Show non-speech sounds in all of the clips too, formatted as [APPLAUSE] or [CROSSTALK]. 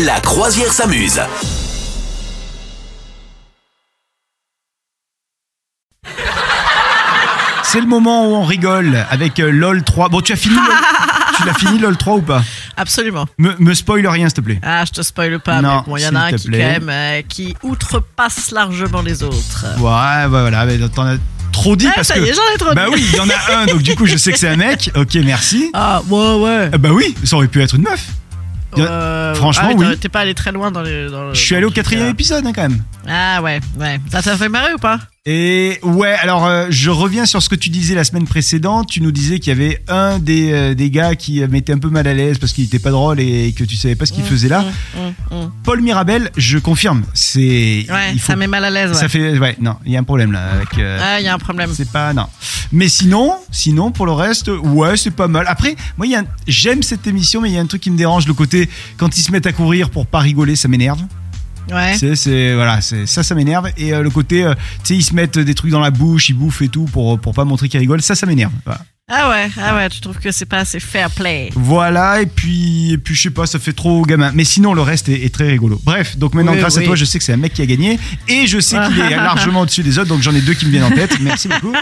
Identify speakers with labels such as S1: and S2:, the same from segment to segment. S1: La croisière s'amuse.
S2: C'est le moment où on rigole avec euh, LOL 3. Bon, tu as fini LOL,
S3: [LAUGHS]
S2: tu l'as fini LOL 3 ou pas
S3: Absolument.
S2: me, me spoil rien, s'il te plaît.
S3: Ah, je te spoile pas,
S2: Non,
S3: mais bon, il y en
S2: s'il
S3: a un
S2: te
S3: qui, quand
S2: plaît.
S3: même, euh, qui outrepasse largement les autres.
S2: Ouais, ouais, voilà, mais t'en as trop dit
S3: Ah,
S2: parce
S3: ça
S2: que.
S3: y est, j'en ai trop
S2: bah
S3: dit.
S2: oui, il y en a un, donc du coup, je sais que c'est un mec. Ok, merci.
S3: Ah, ouais, ouais.
S2: Ah bah oui, ça aurait pu être une meuf. il y en a-
S3: Euh,
S2: franchement,
S3: ah, t'as-
S2: oui.
S3: T'es pas allé très loin dans le. dans le-
S2: Je suis
S3: dans
S2: allé
S3: le
S2: au
S3: truc,
S2: quatrième
S3: alors.
S2: épisode, hein, quand même.
S3: Ah, ouais, ouais. Ça t'a fait marrer ou pas
S2: Et ouais, alors euh, je reviens sur ce que tu disais la semaine précédente. Tu nous disais qu'il y avait un des, euh, des gars qui euh, m'était un peu mal à l'aise parce qu'il était pas drôle et que tu savais pas ce
S3: Mmh,
S2: qu'il faisait là.
S3: Mm, mm, mm.
S2: Paul Mirabel, je confirme, c'est.
S3: Ouais,
S2: il faut-
S3: ça met mal à l'aise,
S2: ça
S3: ouais.
S2: fait. Ouais, non, il y a un problème là avec. euh,
S3: Ah, il y a un problème.
S2: C'est pas non. Mais sinon, sinon pour le reste, ouais, c'est pas mal. Après, moi, il y a un- j'aime cette émission, mais il y a un truc qui me dérange, le côté quand ils se mettent à courir pour pas rigoler, ça m'énerve.
S3: Hein Ouais.
S2: C'est, c'est- voilà, c'est, ça, ça m'énerve. Et euh, le côté, euh, tu sais, ils se mettent des trucs dans la bouche, ils bouffent et tout pour pour pas montrer qu'ils rigolent, ça, ça m'énerve. Voilà.
S3: Ah, ouais, ah, ouais, tu trouves que c'est pas assez fair play
S2: Voilà, et puis, et puis je sais pas, ça fait trop gamin. Mais sinon, le reste est, est très rigolo. Bref, donc maintenant,
S3: Oui,
S2: grâce à
S3: oui.
S2: toi, je sais que c'est un mec qui a gagné. Et je sais
S3: [LAUGHS]
S2: qu'il est largement au-dessus des autres, donc j'en ai deux qui me viennent en tête. Merci beaucoup.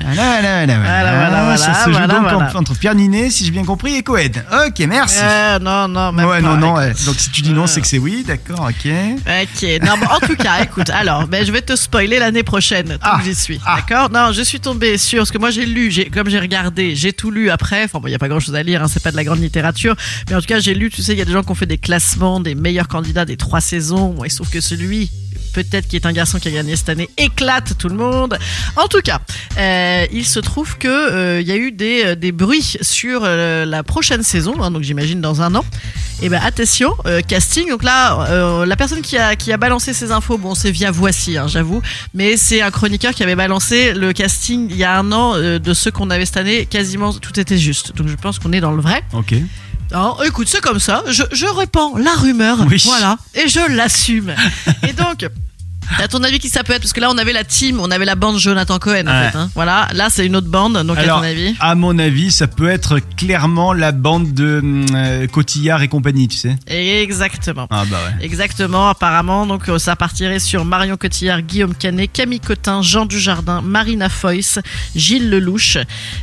S2: Voilà, voilà, voilà.
S3: Voilà, voilà,
S2: ça se
S3: voilà,
S2: joue
S3: voilà,
S2: donc en-
S3: voilà.
S2: entre Pierre Ninet, si j'ai bien compris, et Coed. Ok, merci.
S3: Euh, non, non, même
S2: ouais,
S3: pas.
S2: non, non. ouais. Donc si tu dis
S3: Euh.
S2: non, c'est que c'est oui, d'accord, ok.
S3: Ok, non, bon, en tout cas, écoute, alors, ben, je vais te spoiler l'année prochaine, tant
S2: Ah,
S3: que j'y suis,
S2: ah.
S3: d'accord Non, je suis tombée sur, parce que moi j'ai lu, j'ai, comme j'ai regardé, j'ai tout lu après, enfin bon, il n'y a pas grand-chose à lire, hein, c'est pas de la grande littérature, mais en tout cas j'ai lu, tu sais, il y a des gens qui ont fait des classements des meilleurs candidats des trois saisons, bon, il se trouve que celui... Peut-être qui est un garçon qui a gagné cette année éclate tout le monde. En tout cas, euh, il se trouve que euh, il y a eu des, euh, des bruits sur euh, la prochaine saison, hein, donc j'imagine dans un an. Et ben attention, euh, casting. Donc là, euh, la personne qui a, qui a balancé ces infos, bon, c'est via Voici, hein, j'avoue, mais c'est un chroniqueur qui avait balancé le casting il y a un an euh, de ceux qu'on avait cette année. Quasiment tout était juste. Donc je pense qu'on est dans le vrai.
S2: Ok.
S3: Alors, écoute, c'est comme ça. Je, je répands la rumeur.
S2: Oui.
S3: Voilà. Et je
S2: [LAUGHS]
S3: l'assume. et donc. À ton avis, qui ça peut être Parce que là, on avait la team, on avait la bande Jonathan Cohen, en
S2: Ouais.
S3: fait. hein. Voilà, là, c'est une autre bande, donc à
S2: Alors,
S3: ton avis
S2: à mon avis, ça peut être clairement la bande de hum, euh, Cotillard et compagnie, tu sais.
S3: Exactement.
S2: Ah bah ouais.
S3: Exactement, apparemment. Donc, euh, ça partirait sur Marion Cotillard, Guillaume Canet, Camille Cotin, Jean Dujardin, Marina Foïs, Gilles Lelouch.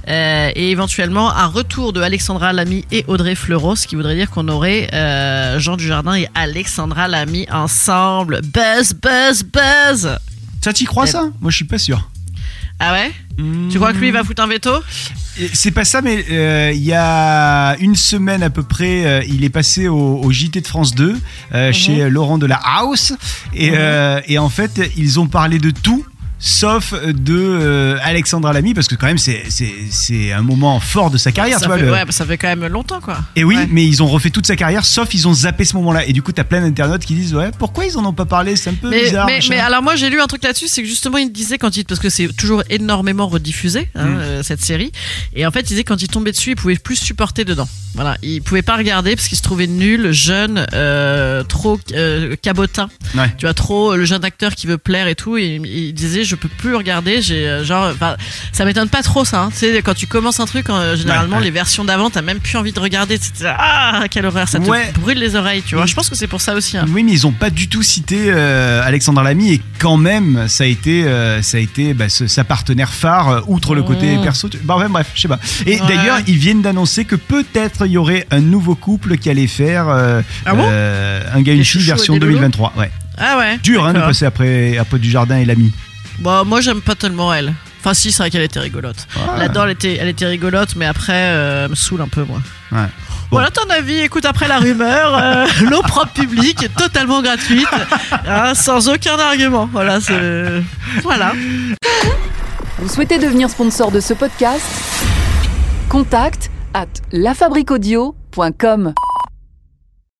S3: euh, et éventuellement, un retour de Alexandra Lamy et Audrey Fleureau, ce qui voudrait dire qu'on aurait euh, Jean Dujardin et Alexandra Lamy ensemble. Buzz, buzz, buzz
S2: Ça t'y crois ça Moi je suis pas sûr.
S3: Ah ouais Tu crois que lui il va foutre un veto
S2: Ah Et C'est pas ça, mais euh, il y a une semaine à peu près, euh, il est passé au, au JT de France 2
S3: Mhm.
S2: euh, chez Laurent de la House. Et, euh, et en fait, ils ont parlé de tout. Sauf de euh, Alexandra Lamy, parce que quand même c'est- c'est c'est un moment fort de sa carrière. tu
S3: ça
S2: vois,
S3: fait,
S2: le-
S3: ouais, bah, ça fait quand même longtemps, quoi.
S2: Et oui,
S3: Ouais.
S2: mais ils ont refait toute sa carrière, sauf ils ont zappé ce moment-là. Et du coup, t'as plein d'internautes qui disent ouais, pourquoi ils en ont pas parlé C'est un peu
S3: Mais,
S2: bizarre.
S3: mais,
S2: machin.
S3: mais alors moi j'ai lu un truc là-dessus, c'est que justement il disait quand il parce que c'est toujours énormément rediffusé hein,
S2: Mm.
S3: euh, cette série, et en fait il disait quand il tombait dessus il pouvait plus supporter dedans. Voilà, il pouvait pas regarder parce qu'il se trouvait nul, jeune, euh, trop euh, cabotin.
S2: Ouais.
S3: Tu vois trop euh, le jeune acteur qui veut plaire et tout. Et, il disait je peux plus regarder. J'ai euh, genre enfin, ça m'étonne pas trop ça. hein. Tu sais quand tu commences un truc euh, généralement
S2: Ouais, ouais.
S3: les versions d'avant t'as même plus envie de regarder. Tu te dis, ah quelle horreur ça te
S2: Ouais. Mm.
S3: brûle les oreilles. Tu vois.
S2: Oui.
S3: Je pense que c'est pour ça aussi. hein.
S2: Oui, mais ils ont pas du tout cité euh, Alexandra Lamy et quand même, ça a été, euh, ça a été bah, ce- sa partenaire phare, euh, outre le côté
S3: Mmh.
S2: perso. tu- Bah, ouais, bref, je sais pas. Et
S3: Ouais.
S2: d'ailleurs, ils viennent d'annoncer que peut-être il y aurait un nouveau couple qui allait faire euh,
S3: Ah bon
S2: euh, un gars et une
S3: Des
S2: fille
S3: chouchous et
S2: version
S3: des loulous
S2: 2023. Ouais.
S3: Ah ouais.
S2: Dur hein, de
S3: d'accord.
S2: passer après, après du jardin et l'ami.
S3: Bah moi j'aime pas tellement elle. Enfin si c'est vrai qu'elle était rigolote.
S2: Ah Ouais.
S3: Là-dedans elle était, elle était rigolote mais après euh, elle me saoule un peu moi.
S2: Ouais.
S3: Voilà ton avis, écoute après la rumeur, euh, [LAUGHS] l'opprobre public est totalement gratuite, hein, sans aucun argument. Voilà, c'est... Voilà.
S4: Vous souhaitez devenir sponsor de ce podcast Contact à lafabriquaudio.com.